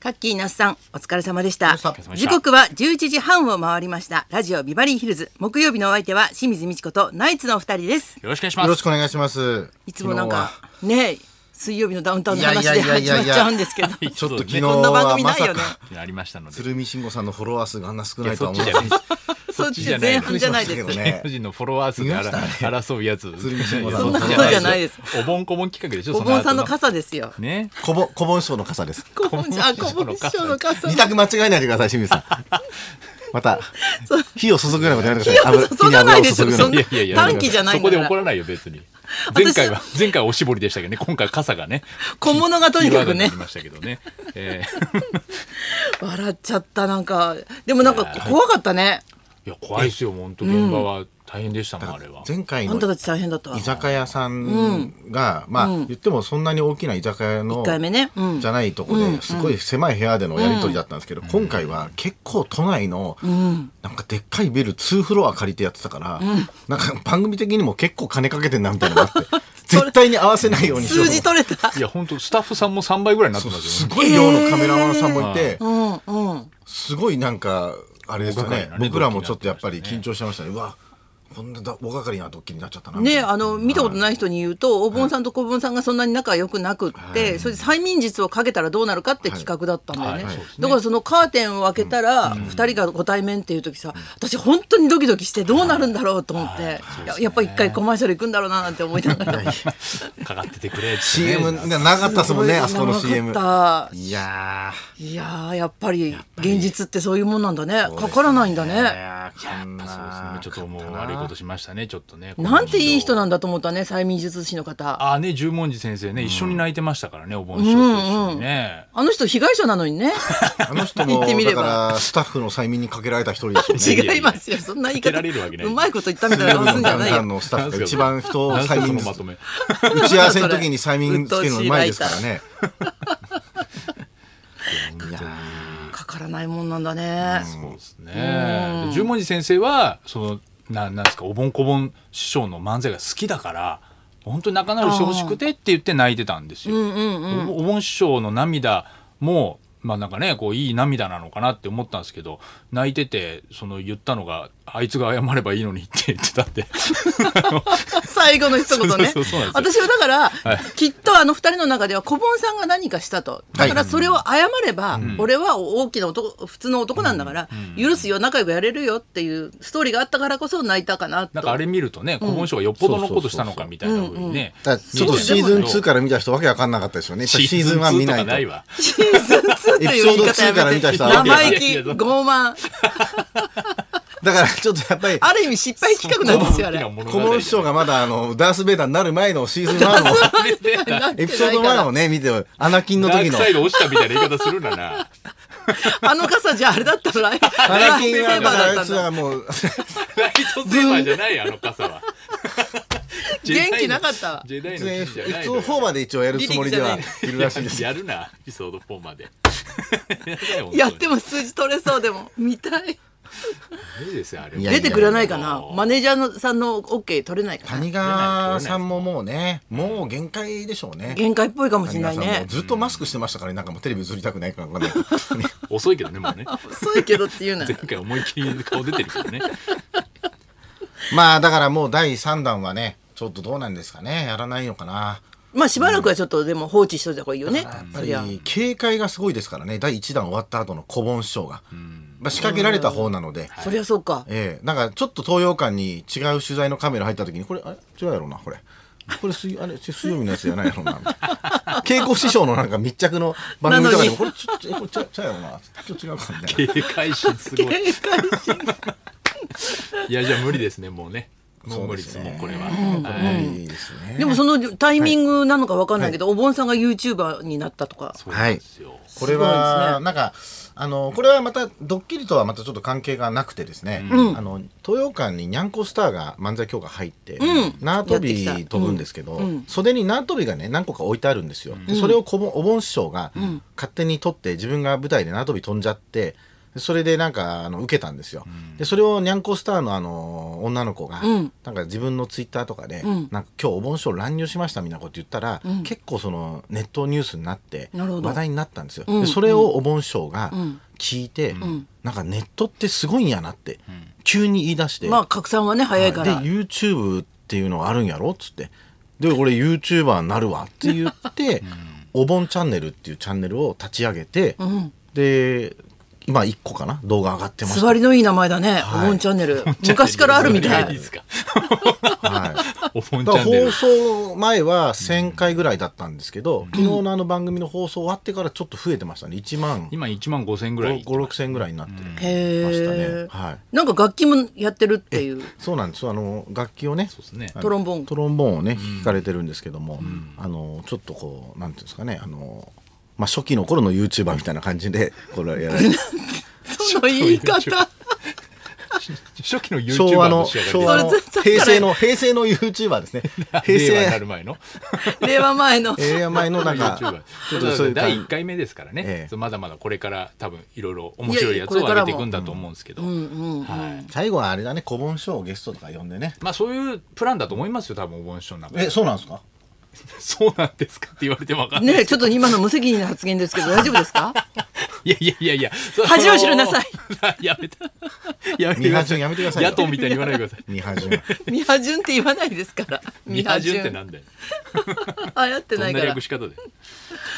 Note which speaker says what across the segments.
Speaker 1: カッキー那須さんお疲れ様でした
Speaker 2: お疲れ様でし
Speaker 1: 時
Speaker 2: た
Speaker 1: 刻は11時半を回りましたラジオビバリーヒルズ木曜日のお相手は清水美智子とナイツのお二人です
Speaker 2: よろしくお願いし
Speaker 3: よ
Speaker 2: ま
Speaker 3: ろ
Speaker 2: す
Speaker 3: しくお願いします。
Speaker 1: いつもなんかね水曜日のダウンタウンの話
Speaker 3: いや
Speaker 1: で
Speaker 3: いやい
Speaker 1: 始
Speaker 3: や
Speaker 1: ま
Speaker 3: い
Speaker 1: っ
Speaker 3: やい
Speaker 1: ち
Speaker 3: や
Speaker 1: ゃうんですけど
Speaker 3: 昨日は、ちょっと昨日
Speaker 1: こんな番
Speaker 3: は
Speaker 1: 組
Speaker 3: ま
Speaker 1: ない
Speaker 3: さ
Speaker 1: よね
Speaker 3: か
Speaker 2: ありましたので
Speaker 3: 鶴見慎吾さんのフォロワー数があんな少ないとは
Speaker 2: そっ
Speaker 3: 思
Speaker 2: ち
Speaker 3: わ
Speaker 2: じ
Speaker 3: なか
Speaker 2: ゃな
Speaker 3: っ
Speaker 2: い
Speaker 3: た
Speaker 1: そっち前半じゃないで
Speaker 3: び
Speaker 1: す
Speaker 3: っくりしましたけどね
Speaker 2: 芸能人のフォロワー数で
Speaker 3: 見ました
Speaker 2: 争うやつ
Speaker 3: 鶴見慎吾
Speaker 2: い
Speaker 3: さ
Speaker 2: や
Speaker 3: ん
Speaker 2: そっち
Speaker 1: そんなことじゃないです
Speaker 2: お盆顧問企画でしょ
Speaker 1: お盆さんの
Speaker 2: そ後
Speaker 1: 傘ですよ
Speaker 2: ね
Speaker 3: 小ぼ小盆師匠の傘です。
Speaker 1: 小盆あ小盆師匠の傘
Speaker 3: 二択間違えないでください、清水 さん。また
Speaker 1: そう、
Speaker 3: 火を注ぐようなことやめてください。
Speaker 1: 火を注がないでしょ
Speaker 3: 油火に油を注ぐよう
Speaker 2: いやいやいや
Speaker 1: 短期じゃないんだか
Speaker 2: そこで
Speaker 1: ら
Speaker 2: 怒らないよ別に前回は前回はおしぼりでしたけどね今回は傘がね
Speaker 1: 小物がとにかくね
Speaker 2: キーワードになりましたけどね、え
Speaker 1: 笑っちゃったなんかでもなんか
Speaker 2: いや
Speaker 1: 怖かったね
Speaker 2: ー、いや怖いですよ本当現場は大変でしたもん、あれは
Speaker 3: 前回
Speaker 1: あんた
Speaker 3: の
Speaker 1: たち大変だったわ
Speaker 3: 居酒屋さんが、まあ、言ってもそんなに大きな居酒屋の
Speaker 1: 一回目ねうん
Speaker 3: じゃないとこですごい狭い部屋でのやり取りだったんですけど、今回は結構都内の、なんかでっかいビル2フロア借りてやってたから、なんか番組的にも結構金かけてんなみたいな のがあって絶対に合わせないようにしよう
Speaker 1: 数
Speaker 3: と思っ
Speaker 1: 字
Speaker 3: て
Speaker 1: 取れた
Speaker 2: いや本当スタッフさんも3倍ぐらいになってますよ
Speaker 3: すごい量のカメラマンさんもいて、
Speaker 1: うんうん
Speaker 3: すごいなんかあれですよ
Speaker 2: 大
Speaker 3: ね
Speaker 2: 掛かりなね
Speaker 3: 僕らもちょっとやっぱり緊張してましたねうわこんなだ大掛かりなドッキリになっちゃったなみたい
Speaker 1: ね、
Speaker 3: な
Speaker 1: あの見たことない人に言うと、お盆さんと小盆さんがそんなに仲良くなくって、それで催眠術をかけたらどうなるかって企画だったんだよね、
Speaker 2: はいはいそうですね
Speaker 1: だからそのカーテンを開けたら、二人がご対面っていう時さ私本当にドキドキしてどうなるんだろうと思って、ややっぱ一回コマーシャル行くんだろうななんて思いな がら
Speaker 2: かかっててくれって、ね、
Speaker 3: CM ななかったです もんねあそこの CM
Speaker 1: 長かった
Speaker 3: いや
Speaker 1: いやーやっぱり現実ってそういうもんなんだねかからないんだ
Speaker 3: ー
Speaker 1: ね
Speaker 3: やっぱ
Speaker 2: まあそうですねちょっともう悪いことしましたねちょっとね
Speaker 1: なんていい人
Speaker 2: な
Speaker 1: なんだと思ったね催眠術師の方
Speaker 2: ああね十文字先生ね一緒に泣いてましたからねお盆師匠と一緒にね、
Speaker 1: あの人被害者なのにね
Speaker 3: あの人
Speaker 1: 言
Speaker 3: も
Speaker 1: ってみ
Speaker 3: だ
Speaker 1: れば
Speaker 3: からスタッフの催眠にかけられた一人 ですよね。
Speaker 2: いやいや
Speaker 1: 違いますよそんな言い
Speaker 2: か
Speaker 1: 方
Speaker 2: けられるわけないう
Speaker 1: まいこと言ったみたいなことすんじゃないよ
Speaker 3: ダウンタウンのスタッフが一番人を
Speaker 2: な
Speaker 3: 催
Speaker 2: んかそ
Speaker 3: 眠
Speaker 2: の
Speaker 3: に
Speaker 2: まとめ
Speaker 3: 打ち合わせの時に催眠つけるのうまいですからね。
Speaker 1: かからないもんなんだね。
Speaker 2: そうですねで十文字先生はそのななんですかお盆こぼん師匠の漫才が好きだから本当に仲直りしてほしくてって言って泣いてたんですよ、おお盆師匠の涙もまあなんかねこういい涙なのかなって思ったんですけど泣いててその言ったのがあいつが謝ればいいのにって言ってたんで
Speaker 1: 最後の一言ね
Speaker 2: そうそうそうそう。なんで
Speaker 1: 私はだから、
Speaker 2: はい
Speaker 1: きっとあの二人の中では小盆さんが何かしたと。だからそれを謝れば、俺は大きな男、普通の男なんだから、許すよ、仲良くやれるよっていうストーリーがあったからこそ泣いたかな
Speaker 2: なん
Speaker 1: と
Speaker 2: か。あれ見るとね、古文書がよっぽどのことしたのかみたいなふうにね。
Speaker 3: だからちょっとシーズン2から見た人わけわかんなかったですよね。やっぱりシーズン1見ないと。
Speaker 2: ないわ。
Speaker 1: シーズン2っていう言い方
Speaker 3: エピソード2から見た人は
Speaker 1: やめて。生意
Speaker 2: い
Speaker 1: 気、
Speaker 2: やいやいや
Speaker 1: 傲慢。
Speaker 3: だからちょっとやっぱり。
Speaker 1: ある意味失敗企画なんですよ、あれ。
Speaker 3: 小室師匠がまだあのダース・ベイダーになる前のシーズン1をエピソード1をね見てアナキンの
Speaker 2: ダー
Speaker 3: 時
Speaker 2: ク
Speaker 3: の
Speaker 2: サイド落ちたみたいな言い方するんだな。
Speaker 1: あの傘じゃあれだったら、ライフセ
Speaker 3: アナキン
Speaker 1: ー
Speaker 3: は
Speaker 1: バーだ
Speaker 3: あ
Speaker 1: った
Speaker 3: い
Speaker 1: ん
Speaker 3: つ
Speaker 1: だ。
Speaker 3: はも う
Speaker 2: ライトセーバーじゃない、あの傘は。
Speaker 1: 元気なかったわ
Speaker 2: ジェダイの騎士じゃないのよ
Speaker 3: F4 まで一応やるつもりではいるらしいです
Speaker 2: やるな、エピソード4まで。
Speaker 1: やって
Speaker 2: も
Speaker 1: も数字取れそうでも、 見たい。
Speaker 2: いいですよ、あれ。
Speaker 3: いや
Speaker 1: 出てくれないかな
Speaker 2: もう
Speaker 1: マネージャーのさんの OK 取れないかな
Speaker 3: 谷川さんももうねもう限界でしょうね
Speaker 1: 限界っぽいかもしれ
Speaker 3: 谷
Speaker 1: な
Speaker 3: 川
Speaker 1: い
Speaker 3: さんも
Speaker 1: ね
Speaker 3: うずっとマスクしてましたからねなんかもうテレビ映りたくないからわかんないけど
Speaker 2: 遅いけどね、もうね。
Speaker 1: 遅いけどっていう な
Speaker 2: 前回思いっきり顔出てるけどね。
Speaker 3: まあだからもう第3弾はねちょっとどうなんですかねやらないのかな
Speaker 1: まあしばらくはちょっとでも放置しといた方がいいよね
Speaker 3: やっぱ
Speaker 1: そりゃ
Speaker 3: り警戒がすごいですからね第1弾終わった後の小盆師匠が、まあ、仕掛けられた方なので、
Speaker 1: そりゃそうか
Speaker 3: ええなんかちょっと東洋館に違う取材のカメラ入った時にこれあれ違うやろうなこれこれ水あれ水曜日のやつじゃないやろうなみたいな稽古師匠のなんか密着の番組とかでもこれちょっとえこれちゃうちゃうやろうなちょっと違うかみたいな
Speaker 2: 警戒心す ごい。
Speaker 1: 警戒心
Speaker 2: いや、じゃあ無理ですね、もうね。もう無理です、
Speaker 3: そうです
Speaker 2: も
Speaker 3: ね
Speaker 2: うこれは。はい
Speaker 3: いいですね
Speaker 1: でもそのタイミングなのかわかんないけどお盆さんが YouTuber になったとか
Speaker 2: そうなんですよ。
Speaker 3: これ
Speaker 1: すごいです
Speaker 3: は、なんかあのこれはまたドッキリとはまたちょっと関係がなくてですね、あの東洋館ににゃんこスターが漫才協会入って、縄跳
Speaker 1: やってき
Speaker 3: び
Speaker 1: た
Speaker 3: 飛ぶんですけど、袖に縄跳びがね何個か置いてあるんですよ、でそれをこぼお盆師匠が勝手に取って自分が舞台で縄跳び飛んじゃって。でそれでなんかあの受けたんですよ、でそれをにゃんこスターのあの女の子が、
Speaker 1: うん
Speaker 3: なんか自分のツイッターとかで、
Speaker 1: ん
Speaker 3: なんか今日お盆賞乱入しましたみたいなこと言ったら、結構そのネットニュースになって
Speaker 1: なるほど
Speaker 3: 話題になったんですよ、
Speaker 1: ん
Speaker 3: でそれをお盆賞が
Speaker 1: ん
Speaker 3: 聞いて、なんかネットってすごいんやなって、急に言い出して、
Speaker 1: まあ拡散はね早いから、
Speaker 3: で YouTube っていうのがあるんやろっつってで俺 YouTuber になるわって言って、お盆チャンネルっていうチャンネルを立ち上げて、で今1個かな動画上がってました
Speaker 1: 座りのいい名前だね、
Speaker 3: はい
Speaker 1: お盆チャンネル昔からあるみた
Speaker 2: いい
Speaker 1: い
Speaker 2: ですか。
Speaker 3: はい
Speaker 2: お盆チ
Speaker 3: だか
Speaker 2: ャ
Speaker 3: ら
Speaker 2: ンネル
Speaker 3: 放。送前は1000回ぐらいだったんですけど、昨日のあの番組の放送終わってからちょっと増えてましたね1万
Speaker 2: 今1万5千ぐらい。
Speaker 3: 56000ぐらいになってました
Speaker 1: へ
Speaker 3: ね、
Speaker 1: え、
Speaker 3: はい
Speaker 1: なんか楽器もやってるっていう
Speaker 3: そうなんですあの楽器をね
Speaker 2: そうですね
Speaker 3: あ。の
Speaker 1: トロンボーン
Speaker 3: トロンボーンをね弾かれてるんですけども、あのちょっとこうなんていうんですかねあの、まあ、初期の頃の YouTuber みたいな感じでこれやられて
Speaker 1: その言い方
Speaker 2: ちょっ初期の YouTuber
Speaker 3: 昭和の
Speaker 2: 仕上がり
Speaker 3: 昭和の
Speaker 1: それずっと
Speaker 3: 平成の平成の YouTuber ですね平
Speaker 2: 令和にな
Speaker 3: 成
Speaker 2: る前の。
Speaker 1: 令和前の
Speaker 3: 令和前のなんか
Speaker 2: YouTuber
Speaker 3: ちょっとそういう
Speaker 2: 第
Speaker 3: 感
Speaker 2: 1回目ですからね、
Speaker 3: ええ
Speaker 2: まだまだこれから多分いろいろ面白いやつを上げていくんだと思うんですけど
Speaker 1: うんうんうん
Speaker 2: はい
Speaker 3: 最後はあれだね古盆賞をゲストとか呼んでね
Speaker 2: まあそういうプランだと思いますよ多分お盆師匠の中で
Speaker 3: えそうなんですか
Speaker 2: そうなんですかって言われても分かんない、
Speaker 1: ねえちょっと今の無責任な発言ですけど大丈夫ですか
Speaker 2: いやいやいやいやそ
Speaker 1: 恥を知りなさい
Speaker 2: い やめてやめて
Speaker 3: ミ
Speaker 2: ください
Speaker 3: ハジュンやめてくださいよ
Speaker 2: 野党みたいに言わないで ください
Speaker 3: 二波順
Speaker 1: ミハジュンって言わないですから
Speaker 2: ミハジュンってなんだよ
Speaker 1: 流行って
Speaker 2: ど
Speaker 1: なんい
Speaker 2: な
Speaker 1: から
Speaker 2: 略し方で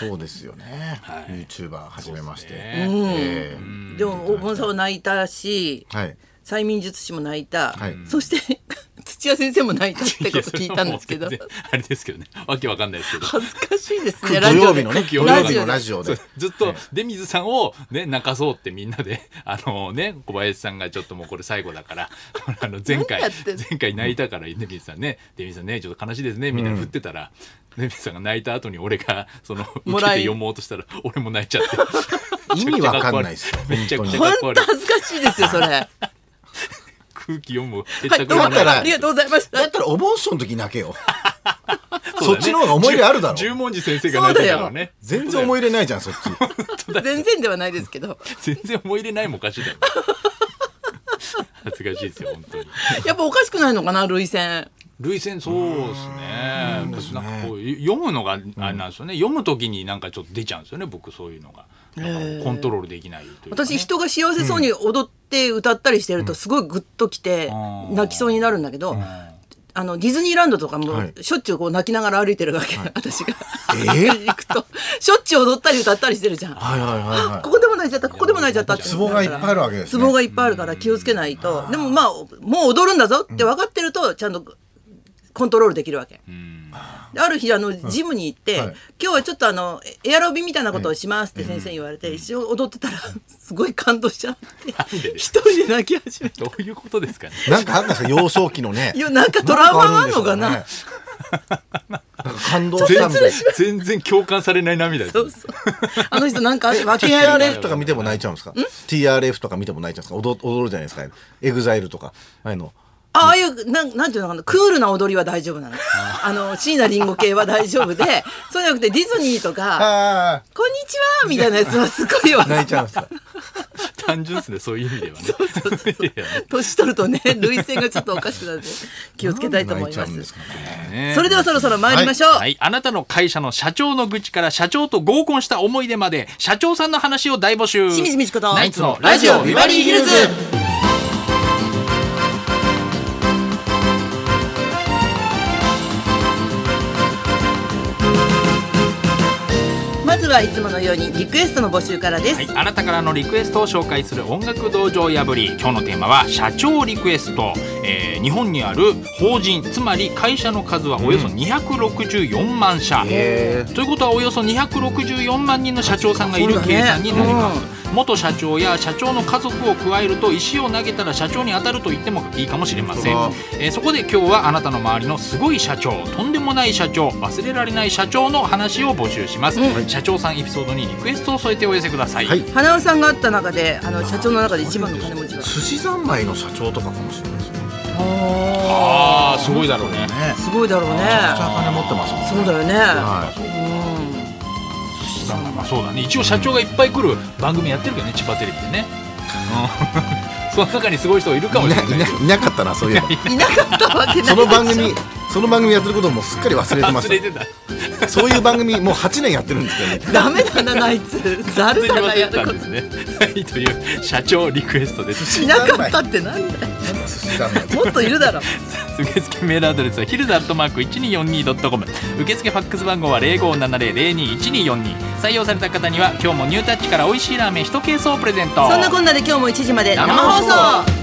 Speaker 3: そうですよね、
Speaker 2: はい
Speaker 3: YouTuber 始めまして、
Speaker 2: ね
Speaker 3: ええ
Speaker 1: でもお盆さんは泣いたし
Speaker 3: はい
Speaker 1: 催眠術師も泣いた、
Speaker 3: はい
Speaker 1: そして 土屋先生も泣いたってこと聞いたんですけど
Speaker 2: いやそれはもう 全然あれですけどねわけわかんないですけど
Speaker 1: 恥ずかしいです
Speaker 3: 土
Speaker 1: ねラジオ
Speaker 3: 曜
Speaker 1: で
Speaker 3: 日のね
Speaker 2: 空
Speaker 3: 土
Speaker 2: 気を
Speaker 3: 曜日の
Speaker 1: ラ
Speaker 3: ラ
Speaker 1: ジ
Speaker 3: ジオで
Speaker 2: そうずっと出水さんを、ね、泣かそうってみんなで あの、ね、小林さんがちょっともうこれ最後だから あの前
Speaker 1: 何
Speaker 2: 回
Speaker 1: やってんの
Speaker 2: 前回泣いたから出水さんね出水さんねちょっと悲しいですねみんな振ってたら、出水さんが泣いた後に俺がその受
Speaker 1: も
Speaker 2: けて
Speaker 1: らい
Speaker 2: 読もうとしたら俺も泣いちゃって
Speaker 3: 意味わかんないですよ
Speaker 2: めちゃくちゃか
Speaker 1: 本
Speaker 2: っこ悪い
Speaker 1: 当恥ずかしいですよそれはい
Speaker 2: 空気読むへっ
Speaker 1: どうも
Speaker 3: だったら
Speaker 1: ありがとうございました
Speaker 3: だったらお盆賞の時に泣けよ そっちの方が思い入れあるだろ
Speaker 2: 十文字先生が泣いてたからね
Speaker 3: 全然思い入れないじゃん そっち
Speaker 1: 全然ではないですけど
Speaker 2: 全然思い入れないもおかし いだろ恥ずかしいですよ本当に。
Speaker 1: やっぱおかしくないのかな涙腺
Speaker 2: 類線そうですね。なんかこう読むのがあれなんですよね。読むときになんかちょっと出ちゃうんですよね。僕そういうのが。なんかコントロールできないというかね
Speaker 1: 私人が幸せそうに踊って歌ったりしてるとすごいグッときて
Speaker 2: うん
Speaker 1: 泣きそうになるんだけど、あのディズニーランドとかも
Speaker 3: はい
Speaker 1: しょっちゅうこう泣きながら歩いてるわけ、私が、
Speaker 3: え
Speaker 1: 行くとしょっちゅう踊ったり歌ったりしてるじゃん、
Speaker 3: はいはいはいはい
Speaker 1: ここでも泣いちゃったここでも泣いちゃったって
Speaker 3: ツボがいっぱいあるわけです
Speaker 1: ツ
Speaker 3: ね
Speaker 1: ボがいっぱいあるから気をつけないとでもまあもう踊るんだぞって分かってるとちゃんとコントロールできるわけ。である日あのジムに行って、
Speaker 3: はい
Speaker 1: 今日はちょっとあのエエアロビみたいなことをしますって先生に言われて、一応踊ってたらすごい感動しちゃって
Speaker 2: んでです
Speaker 1: 一人で泣き始めた
Speaker 2: どういうことですかね。
Speaker 3: なんかあったんですか幼少期のね
Speaker 1: いやなんかトラウマがあるのかな
Speaker 3: なんかあるんでしょうねなんか感動したみたい
Speaker 2: 全然共感されない涙です
Speaker 1: そう。
Speaker 2: ね
Speaker 1: そうあの人なんかあって分け合い
Speaker 3: TRF とか見ても泣いちゃうんですか TRF とか見ても泣いちゃうんですか踊踊るじゃないですかエグザイルとかああいうの
Speaker 1: ああいうなんなんていうのかなクールな踊りは大丈 夫なのあの椎名林檎系は大丈夫でそうじゃなくてディズニーとか
Speaker 3: あ
Speaker 1: 「こんにちは」みたいなやつはすごいわ
Speaker 3: あ 泣いちゃうんですか
Speaker 2: 単純ですね。そういう意味ではね。いや
Speaker 1: 年取るとね涙腺がちょっとおかしくなるんで気をつけたいと思いま
Speaker 3: なんです泣ちゃうんですかね
Speaker 2: ね
Speaker 1: それではそろそろ参りましょう、
Speaker 2: はい、あなたの会社の社長の愚痴から社長と合コンした思い出まで社長さんの話を大募集
Speaker 1: 清水ミチコと
Speaker 2: ナイツのラジオビバリーヒルズ
Speaker 1: まずはいつものようにリクエストの募集からです、
Speaker 2: はい、あなたからのリクエストを紹介する音楽道場破り今日のテーマは社長リクエスト、えー日本にある法人つまり会社の数はおよそ264万社、
Speaker 3: へ
Speaker 2: ということはおよそ264万人の社長さんがいる
Speaker 1: そうだね
Speaker 2: 計算になります、元社長や社長の家族を加えると石を投げたら社長に当たると言ってもいいかもしれません
Speaker 3: 本、
Speaker 2: えーそこで今日はあなたの周りのすごい社長とんでもない社長忘れられない社長の話を募集します、社長さんエピソードにリクエストを添えてお寄せください、
Speaker 3: はい
Speaker 1: 花尾さんがあった中であの社長の中で一番の金持ちが
Speaker 3: 寿司三昧の社長とかかもしれないですね
Speaker 2: ああすごいだろうね
Speaker 3: ねめち
Speaker 1: すごいだろうね
Speaker 3: ゃくちゃ金持ってますもんね
Speaker 1: そうだよね、
Speaker 3: はい
Speaker 1: うん
Speaker 2: まあそうだね一応社長がいっぱい来る番組やってるけどね千葉テレビでね その中にすごい人いるかもしれな
Speaker 3: い
Speaker 2: い
Speaker 3: ないなかったなそういえば
Speaker 1: いなかったわけないでしょ
Speaker 3: その番組その番組やってることもすっかり忘れてま
Speaker 2: 忘れ
Speaker 3: して
Speaker 2: た
Speaker 3: たそういう番組もう8年やってるんですよね
Speaker 1: ダメだなナイツザルだ
Speaker 2: 忘れ
Speaker 1: な
Speaker 2: て
Speaker 1: や
Speaker 2: た
Speaker 1: る
Speaker 2: ん
Speaker 1: こ
Speaker 2: ですねはいという社長リクエストです
Speaker 1: といなかったってなんだよ
Speaker 3: 寿司三昧
Speaker 1: もっといるだろ
Speaker 2: 受付メールアドレスはヒルズアットマーク 1242.com 受付ファックス番号は0570021242採用された方には今日もニュータッチから美味しいラーメン1ケースをプレゼント
Speaker 1: そんなこんなで今日も1時まで生
Speaker 2: 生放
Speaker 1: 放
Speaker 2: 送
Speaker 1: 送